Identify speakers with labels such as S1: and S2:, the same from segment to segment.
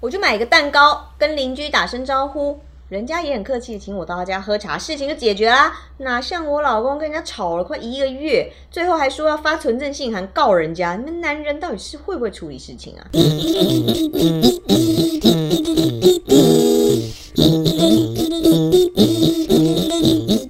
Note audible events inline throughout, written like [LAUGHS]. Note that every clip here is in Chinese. S1: 我就买一个蛋糕，跟邻居打声招呼，人家也很客气，请我到他家喝茶，事情就解决啦。哪像我老公跟人家吵了快一个月，最后还说要发存证信函告人家，你们男人到底是会不会处理事情啊？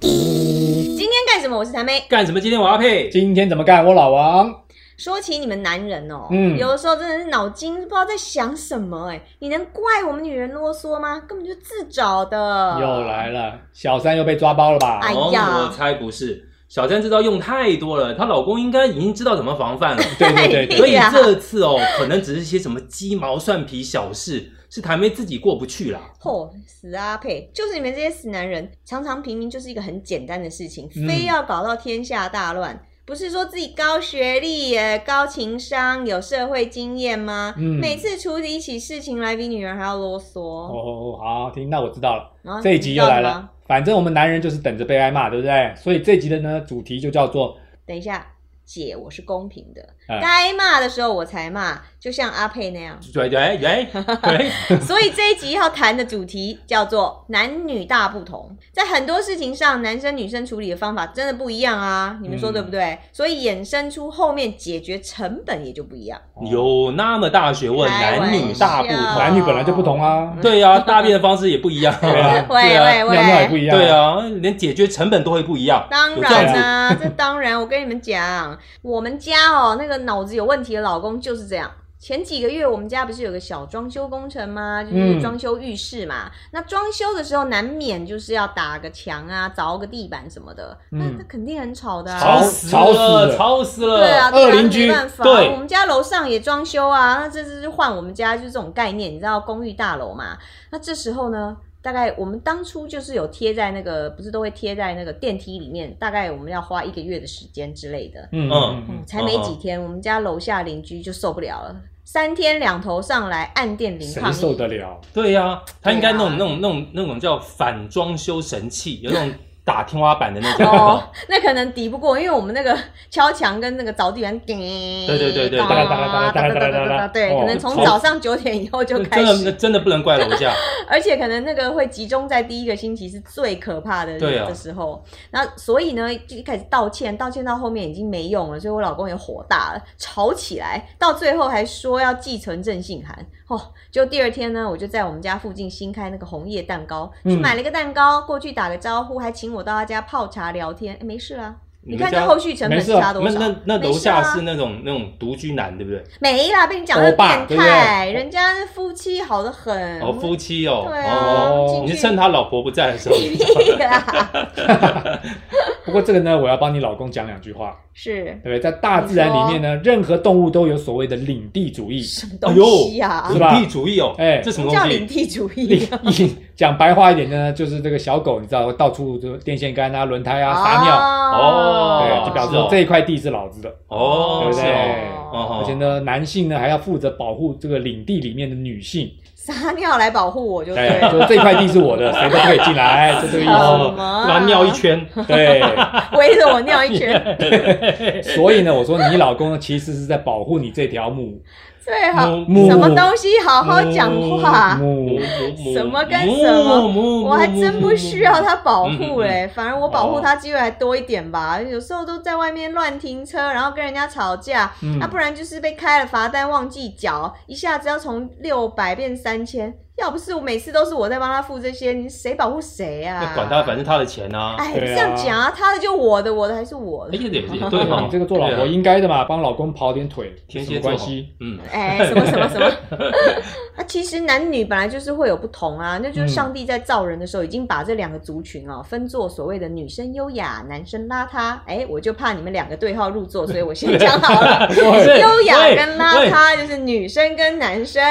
S1: 今天干什么？我是谭妹。
S2: 干什么？今天我要配。
S3: 今天怎么干？我老王，
S1: 说起你们男人哦、
S3: 嗯
S1: 有的时候真的是脑筋不知道在想什么哎、你能怪我们女人啰嗦吗？根本就自找的。
S3: 又来了，小三又被抓包了
S1: 啊
S3: 吧？
S1: 哎呀
S2: 哦我猜不是，小詹这招用太多了，她老公应该已经知道怎么防范
S1: [LAUGHS]
S2: 了。
S3: 对对对
S2: 所
S3: 对，
S2: 以
S1: 呀
S2: 这次哦，可能只是些什么鸡毛蒜皮小事，是谭妹自己过不去啦。
S1: 吼、死阿佩，就是你们这些死男人，常常平民就是一个很简单的事情，
S3: 嗯
S1: 非要搞到天下大乱。不是说自己高学历、呃高情商、有社会经验吗？
S3: 嗯
S1: 每次处理起事情来比女人还要啰嗦。
S3: 哦，好听，那我知道了，
S1: 然后
S3: 这一集又来
S1: 你知道吗
S3: 了。。反正我们男人就是等着被挨骂，对不对？所以这集的呢主题就叫做
S1: 等一下，姐，我是公平的，
S3: 嗯
S1: 该骂的时候我才骂，就像阿佩那样。
S2: 对对对
S1: [LAUGHS]
S2: 对，
S1: 所以这一集要谈的主题叫做男女大不同，在很多事情上，男生女生处理的方法真的不一样啊，你们说
S3: 嗯
S1: 对不对？所以衍生出后面解决成本也就不一样。
S2: 有那么大学问，
S1: 开
S2: 男
S1: 玩
S2: 女大不
S1: 笑
S2: 同。
S3: 男女本来就不同啊，
S1: 嗯
S2: 对呀、大便的方式也不一
S1: [LAUGHS]
S2: 样。
S3: 对啊
S1: 喂喂
S3: 尿尿也不
S1: 喂！
S3: 一样，
S2: 对，啊，连解决成本都会不一样。
S1: 当
S3: 啊
S2: 有这样
S1: 然啊
S2: 子
S1: 啦、这当然，我跟你们讲，我们家哦，那个脑子有问题的老公就是这样。前几个月我们家不是有个小装修工程吗？就是
S3: 嗯
S1: 装修浴室嘛。那装修的时候难免就是要打个墙啊，凿个地板什么的，那
S3: 嗯
S1: 那肯定很吵的、啊。
S2: 吵死了，
S3: 吵死了
S2: 吵死了！
S1: 对啊，
S3: 二
S1: 对啊
S3: 邻居
S1: 没办法，
S2: 对
S1: 我们家楼上也装修啊，那这次就换我们家，就是这种概念，你知道公寓大楼嘛？那这时候呢，大概我们当初就是有贴在那个，不是都会贴在那个电梯里面，大概我们要花一个月的时间之类的，
S3: 嗯嗯
S1: 嗯
S3: 嗯，
S1: 才没几天，我们家楼下邻居就受不了了，三天两头上来按电铃
S3: 谁
S1: 抗
S3: 受
S1: 议。
S3: 得了？
S2: 对呀、他应该
S1: 对啊
S2: 弄那种那种那种叫反装修神器，有那种打天花板的那种。 [LAUGHS]
S1: 哦，那可能敌不过，因为我们那个敲墙跟那个凿地板，对
S2: 对对对对
S1: 哒哒哒哒哒哒哒哒，对，可能从早上九点以后就开
S2: 真 [LAUGHS]
S1: 始
S2: 的。真的不能怪楼下，
S1: 而且可能那个会集中在第一个星期是最可怕的
S2: 对啊
S1: 的时候，那所以呢就一开始道歉，道歉到后面已经没用了，所以我老公也火大了，吵起来，到最后还说要寄存证信函。哦，就第二天呢，我就在我们家附近新开那个红叶蛋糕，去
S3: 嗯
S1: 买了一个蛋糕，过去打个招呼，还请我到他家泡茶聊天，诶没事啊。
S2: 你
S1: 你
S2: 们
S1: 看
S2: 家
S1: 这后续成本
S3: 没
S1: 是
S3: 事啊
S1: 差多
S2: 那
S1: 少？
S2: 那那
S1: 没
S2: 楼
S1: 事啊
S2: 下是那种那种独居男，对不对？
S1: 没啦，被你讲的
S3: 欧巴
S1: 变
S3: 对不对
S1: 态，人家夫妻好的很。
S2: 哦，
S1: [LAUGHS]
S2: 夫妻哦，
S1: 嗯对啊，
S2: 哦，
S1: 进
S2: 你
S1: 去
S2: 是趁他老婆不在的时候，
S1: 屁啦，
S3: 不过这个呢，我要帮你老公讲两句话， [LAUGHS]
S1: 是
S3: 对不对？在大自然里面呢，任何动物都有所谓的领地主义，
S1: 什么 [LAUGHS] 东西呀、
S3: 哎
S1: 啊
S3: 呦？吧
S2: 领地主义哦，
S3: 哎
S2: 这什
S1: 什
S2: 么
S1: 么叫
S2: 东
S1: 领
S2: 西？
S1: 地主
S3: 另
S1: 义、啊？
S3: 一 [LAUGHS] 讲白话一点呢，就是这个小狗，你知道到处就电线杆啊、轮胎啊撒尿，
S2: 哦
S3: 对，就表示
S2: 是哦
S3: 说这一块地是老子的。
S2: 哦，
S3: 对不
S2: 是
S3: 对
S2: 哦，哦
S3: 而且呢，男性呢还要负责保护这个领地里面的女性，
S1: 撒尿来保护我就对
S3: 对，
S1: 了。
S3: 就这块地是
S2: [LAUGHS]
S3: 我的，谁都可以进来，就这个意
S1: 好
S3: 思。
S2: 哦
S1: 什么啊
S2: 然后尿一圈，
S3: 对，
S1: 围着我尿
S3: [LAUGHS]
S1: 一圈，
S3: 所以呢，我说你老公呢其实是在保护你这条母
S1: 最好
S3: 母
S1: 什么东西好好讲话，
S3: 母
S2: 母母母
S1: 什么跟什么
S2: 母母
S1: 我还真不需要他保护
S2: 嗯嗯嗯
S1: 嘞、反而我
S3: 哦
S1: 保护他机会还多一点吧。有时候都在外面乱停车，然后跟人家吵架，
S3: 嗯
S1: 啊，不然就是被开了罚单忘记缴，一下子要从六百变三千。要不是我每次都是我在帮他付这些，你谁保护谁啊？
S2: 那管他，反正他的钱啊，
S1: 哎，这
S3: 对啊
S1: 样讲啊，他的就我的，我的还是我
S2: 哎
S1: 的。
S2: 也也也对
S3: 对
S2: 哈
S3: 你，这个做老
S2: 对
S3: 婆
S2: 啊
S3: 应该的嘛，帮老公跑点腿，
S2: 天
S3: 什
S2: 蝎
S3: 么
S2: 座
S3: 关
S2: 哈 [LAUGHS]
S3: 系？，
S2: 嗯，
S1: 哎，什么什么什 [LAUGHS] 么？那其实男女本来就是会有不同啊，那
S2: 嗯
S1: 就是上帝在造人的时候已经把这两个族群哦分作所谓的女生优雅，男生邋遢。哎，我就怕你们两个对号入座，所以我
S2: [LAUGHS]
S1: 先讲好了，
S2: 对
S1: 优雅
S2: 喂
S1: 跟邋
S2: 喂
S1: 遢就是女生跟男生。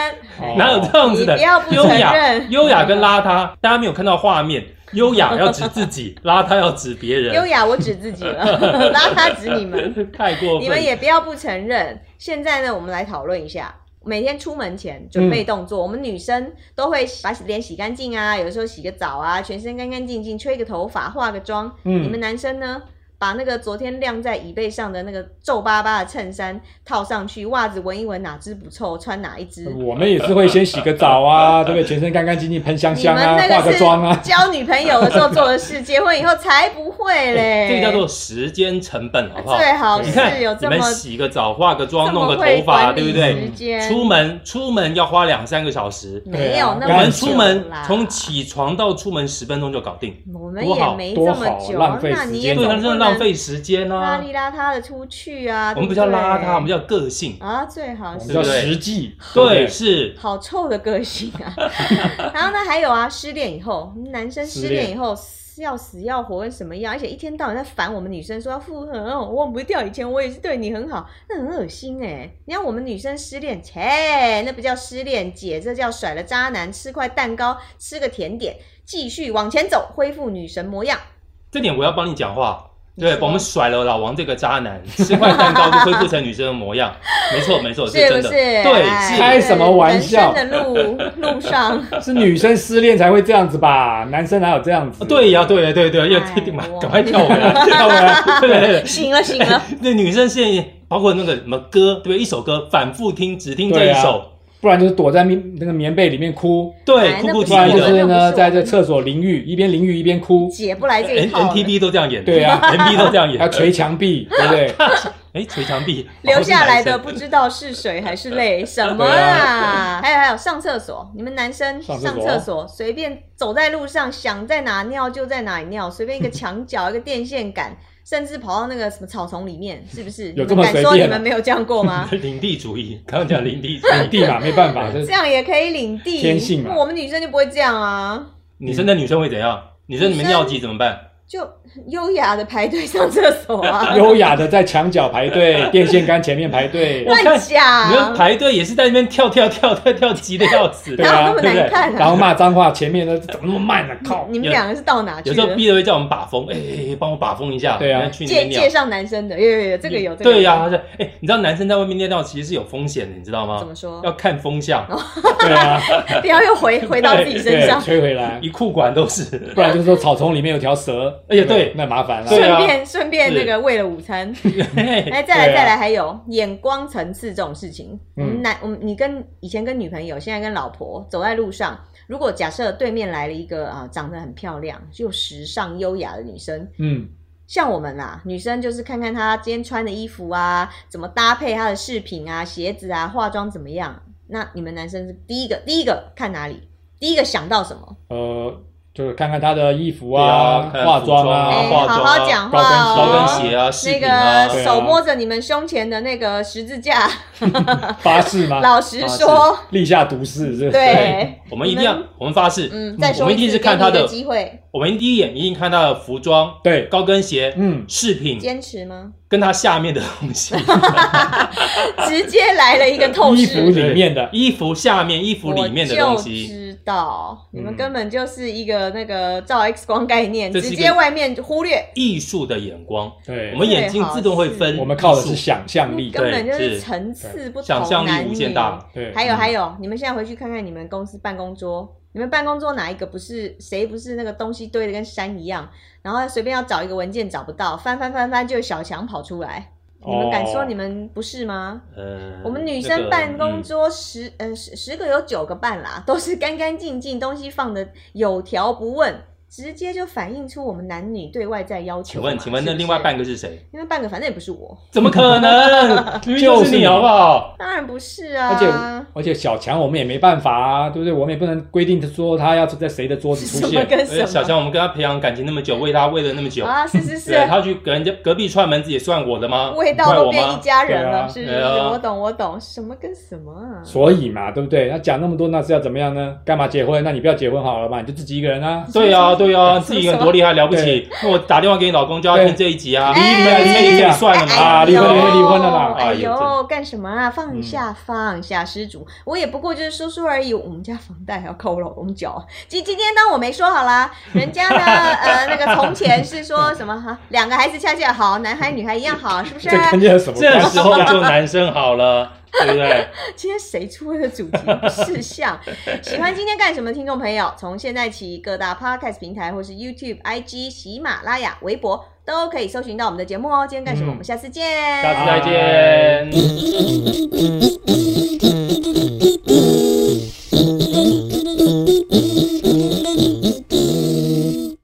S1: 哎
S2: [LAUGHS]
S3: 哦
S2: 哪有这样子
S1: 你
S2: 的
S1: 不？要不
S2: 优
S1: 承
S2: 雅，
S1: 认，
S2: 优雅跟邋遢，大家没有看到画面，优雅要指自己，邋遢要指别
S1: 优
S2: 人，
S1: 雅我指自己了，邋遢指你们。
S2: 太 [LAUGHS] 过分。
S1: 你们也不要不承认。现在呢，我们来讨论一下。每天出门前准
S2: 嗯
S1: 备动作，我们女生都会把脸洗干净啊，有时候洗个澡啊，全身干干净净，吹个头发，化个妆。
S3: 嗯
S1: 你们男生呢？把那个昨天晾在椅背上的那个皱巴巴的衬衫套上去，袜子闻一闻哪只不臭，穿哪一只。
S2: 呃
S3: 我们也是会先洗个澡
S2: [LAUGHS]
S3: 啊，对不对？全身干干净净，喷香
S1: 你
S3: 香
S1: 们
S3: 啊，
S1: 那
S3: 化
S1: 个
S3: 个
S1: 是
S3: 妆啊。
S1: 交女朋友的时候做的事，结婚以后才不会嘞。
S2: [LAUGHS] 这个叫做时间成本，好不好？
S1: 最好
S2: 你看
S1: 是有，
S2: 你
S1: 这么
S2: 们洗个澡、化个妆、
S1: 这
S2: 弄
S1: 么
S2: 个
S1: 会
S2: 头发，
S1: 管
S2: 对
S1: 理
S2: 不对？
S1: 时间
S2: 出门出门要花两三个小时，
S1: 没有那
S2: 我
S3: 对
S1: 么
S3: 啊
S2: 们
S1: 久
S2: 出门
S1: 啦
S2: 从起床到出门十分钟就搞定，
S1: 我们
S2: 多
S1: 也
S2: 好
S1: 没
S3: 多
S1: 这么
S3: 好
S1: 久，
S3: 浪费
S1: 那
S3: 时
S1: 你也
S2: 对，
S3: 间
S1: 总
S3: 啊
S1: 不
S2: 那
S1: 能
S2: 是浪费时间
S1: 邋
S2: 啊。
S1: 里邋遢的出去啊。
S2: 我们不
S1: 对
S2: 叫
S1: 对
S2: 邋遢，我们叫个性。
S1: 啊，最好
S3: 我们
S1: 是
S2: 对
S3: 叫
S2: 不对
S3: 实际，不
S2: 哦对，是
S1: 好臭的个性啊。 [LAUGHS] 然后呢，还有啊，失恋以后，男生失
S3: 失
S1: 恋
S3: 恋
S1: 以后要死要活跟什么样，而且一天到晚在烦我们女生说要复合哦，我忘不掉以前我也是对你很好，那很恶心哎、你看我们女生失恋，切，那不叫失恋，姐这叫甩了渣男，吃块蛋糕，吃个甜点，继续往前走，恢复女神模样。
S2: 这点我要帮你讲话。
S1: 你
S2: 对，
S1: 说
S2: 我们甩了老王这个渣男，吃块蛋糕就恢复成女生的
S1: [LAUGHS]
S2: 模样。没错，没错，哦是
S1: 是不
S2: 真
S1: 是？
S2: 的。对，
S1: 哎
S2: 是。
S3: 开什么玩笑
S1: 人生的路路
S2: [LAUGHS]
S1: 上，
S3: 是女生失恋才会这样子吧？男生哪有这样子？
S2: 对呀、对呀、对对， [LAUGHS] 要
S1: 哎
S2: 这个嘛
S1: 我
S2: 赶快跳
S1: [LAUGHS]
S2: 回来，跳回来，对对对。
S1: 醒了醒了，
S2: 那女生现在包括那个什么歌，对不对？一首歌反复听，只听这
S3: 对
S2: 一
S3: 啊
S2: 首，
S3: 不然就是躲在棉那个棉被里面哭，
S2: 对，
S1: 哎
S2: 哭
S1: 那
S2: 哭
S1: 不
S3: 不
S2: 啼
S3: 然
S2: 啼
S3: 就
S1: 那
S2: 的。
S3: 是
S1: 不
S3: 呢
S1: 是
S3: 在这厕所淋浴，一边淋浴一边哭，
S1: 姐不来这一
S2: N
S1: 套了。
S2: N T B 都这样演，
S3: 对啊
S2: ，N B 都这样
S3: [LAUGHS] 还要
S2: 演，
S3: 捶墙壁，对不对？
S2: 哎，捶墙壁，
S1: 留下来的
S2: 好？
S1: 不知道是水还是泪，什么啊？还有还有，上厕所，你们男生
S3: 上
S1: 上
S3: 厕所
S1: 厕所随便走在路上，想在哪尿就在哪里尿，随便一个墙角、一个电线杆，甚至跑到那个什么草丛里面，是不是？
S3: 有
S1: 你
S3: 这
S1: 们
S3: 么
S1: 敢
S3: 随
S1: 说你
S3: 便啊
S1: 们没有这样过吗
S2: [LAUGHS] 领地主义，刚刚讲领
S1: [LAUGHS]
S2: 地主
S3: 领
S2: 义，
S3: 地嘛，没
S2: [LAUGHS]
S3: 办法，这
S1: 这样也可以领地，
S3: 天性嘛
S1: 我们女生就不会这样啊，
S2: 女生的女生会怎样？女生你们尿急怎么办？
S1: 就很优雅的排队上厕所啊，
S3: [LAUGHS] 优雅的在墙角
S2: [LAUGHS]
S3: 排队，电线杆前面排队，
S2: 我看
S1: 乱
S2: 你们
S1: 讲，
S2: 排队也是在那边跳跳跳跳跳，急的要死。
S3: 对
S1: 哪有那
S3: 啊，
S1: 么
S3: 对不
S1: 难
S3: 对？
S1: 看
S3: 然后
S1: 啊？
S3: 骂脏话，前面的怎么那么慢呢？
S1: [LAUGHS]
S3: 靠！
S1: 你们两个是到哪去
S2: [LAUGHS] 有时候
S1: 了？
S2: 逼的会叫我们把风，哎、哎哎帮我把风一下，
S3: 对啊
S2: 然后去你
S1: 介
S2: 边
S1: 介
S2: 尿。
S1: 绍男生的，有有有，这个有，这个有
S2: 对呀、他说，哎、你知道男生在外面尿尿其实是有风险的，你知道
S1: 怎
S2: 吗？
S1: 么哦说？
S2: 要看风向，
S3: 对啊，
S1: [LAUGHS] 不要又回回到自己身
S3: 对，
S1: 上，
S3: 吹回来，
S2: 一裤管
S1: [LAUGHS]
S2: 都是。
S3: 不然就是说草丛里面有条蛇，
S2: 哎呀
S3: 不
S2: 对
S3: 那麻烦了
S2: 对。
S1: 顺
S2: 啊
S1: 便顺便那个为了午餐，哎，再来
S3: 对啊
S1: 再来，还有眼光层次这种事情。我
S3: 嗯
S1: 们男，我们你跟以前跟女朋友，现在跟老婆走在路上，如果假设对面来了一个啊、长得很漂亮又时尚优雅的女生，
S3: 嗯，
S1: 像我们啦，女生就是看看她今天穿的衣服啊，怎么搭配她的饰品啊、鞋子啊、化妆怎么样。那你们男生是第一个，第一个看哪里？第一个想到什么？
S3: 呃，就是看看她的衣服
S2: 对啊
S3: 啊，
S2: 看
S3: 化妆
S2: 服
S1: 哎
S2: 装
S3: 啊，
S2: 化
S1: 好
S2: 妆啊
S1: 好讲话哦，
S3: 高
S2: 高跟鞋啊，饰
S1: 那
S2: 品啊，
S1: 个手摸着你们胸前的那个十字架，
S3: 发誓
S2: 啊
S3: 吗？
S1: 哎老实说，
S3: 立下毒誓是不是？
S1: 对，
S2: 我们一定要
S1: 你们，
S2: 我们发誓，
S1: 嗯，再
S2: 我
S1: 说
S2: 们一定
S1: 次，
S2: 是
S1: 给
S2: 看
S1: 你
S2: 他
S1: 一
S2: 的
S1: 个，机会，
S2: 我们第一眼一定看他的服装、
S3: 对，
S2: 高跟鞋、
S3: 嗯，
S2: 饰品，
S1: 坚持吗？
S2: 跟他下面的东
S1: [LAUGHS]
S2: 西，
S1: 直接来了一个透
S3: 衣服
S1: 视，
S3: 里面的
S2: 衣服下面、衣服里面的东
S1: 我就
S2: 西，
S1: 知道你们
S3: 嗯
S1: 根本就是一个那个照 X 光概念，
S2: 这是
S1: 直
S2: 一个
S1: 接外面忽略，
S2: 艺术的眼光，
S3: 对，
S2: 我们眼睛自动会分。
S3: 我们靠的
S2: 艺
S3: 是
S2: 术
S3: 想象力，
S1: 根本就
S2: 对
S1: 是
S2: 是
S1: 层次不同
S2: 想，象
S1: 男
S2: 力
S1: 女
S2: 无限大，
S3: 对，
S1: 还有
S2: 嗯
S1: 还有，你们现在回去看看你们公司办公桌，你们办公桌哪一个不是谁不是那个东西堆的跟山一样，然后随便要找一个文件找不到，翻翻翻翻就有小强跑出来。你们敢说
S3: 哦
S1: 你们不是吗？
S2: 呃，
S1: 我们女
S2: 那
S1: 生
S2: 个
S1: 办公
S2: 嗯
S1: 桌十呃十十个有九个半啦，都是干干净净，东西放的有条不紊，直接就反映出我们男女对外在要求
S2: 请
S1: 嘛。
S2: 问，请问那
S1: 是不
S2: 另外
S1: 是，
S2: 半个是谁？
S1: 因为半个反正也不是我，
S2: [LAUGHS] 怎么可
S1: [LAUGHS]
S2: 能？明明
S3: 就是
S2: 你，
S3: 你
S2: 好不好？
S1: 当然不是啊。
S3: 而且而且小强我们也没办法啊，对不对？我们也不能规定说他要在谁的桌子
S1: 什
S3: 出
S1: 么
S3: 现，
S1: 跟什
S2: 呃
S1: 么？
S2: 小强，我们跟他培养感情那么久，为他喂了那么久，
S1: 啊，是是是，
S2: 对，他去跟人家隔壁串门子也算我的 [LAUGHS] 吗？
S1: 味
S2: 你
S1: 道
S2: 怪
S1: 都
S2: 我
S1: 变一
S2: 吗？
S1: 家人
S3: 对
S1: 了，
S3: 啊
S1: 是不是？
S2: 对啊
S1: 我懂，我懂，什么跟什么啊？
S3: 所以嘛，对不对？他讲那么多，那是要怎么样呢？干嘛结婚？那你不要结婚好了嘛，你就自己一个人啊。
S2: 对啊，对
S1: [LAUGHS]
S2: 啊，
S1: 么
S2: 自己一个人多厉害，了不起！那我打电话给你老公，叫他
S3: 对
S2: 听这一集啊，
S1: 哎
S2: 你们这一集算了
S1: 哎
S2: 嘛？
S3: 啊离婚
S1: 哎呦
S3: 离婚离婚了嘛
S1: 哎
S2: 哎呦
S1: 呦，
S2: 真
S1: 干什么啊？放下，放下，施主，我也不过就是说说而已。我们家房贷还要靠我老公缴，今今天当我没说好啦。人
S2: [LAUGHS]
S1: 家呢，呃，那个从前是说什么哈，两个孩子恰恰好，男孩女孩一样好，是不啊是
S3: 这？跟这有什么
S2: 这
S3: 关系
S2: 时候就男生好了，对不对？
S1: [LAUGHS] 今天谁出的主题事项？喜欢今天干什么？听众朋友，从现在起，各大 podcast 平台或是 YouTube、IG、喜马拉雅、微博都可以搜寻到我们的节目哦。今天干什么？
S3: 嗯
S2: 啊
S1: 我们下次见，
S4: 下次再见。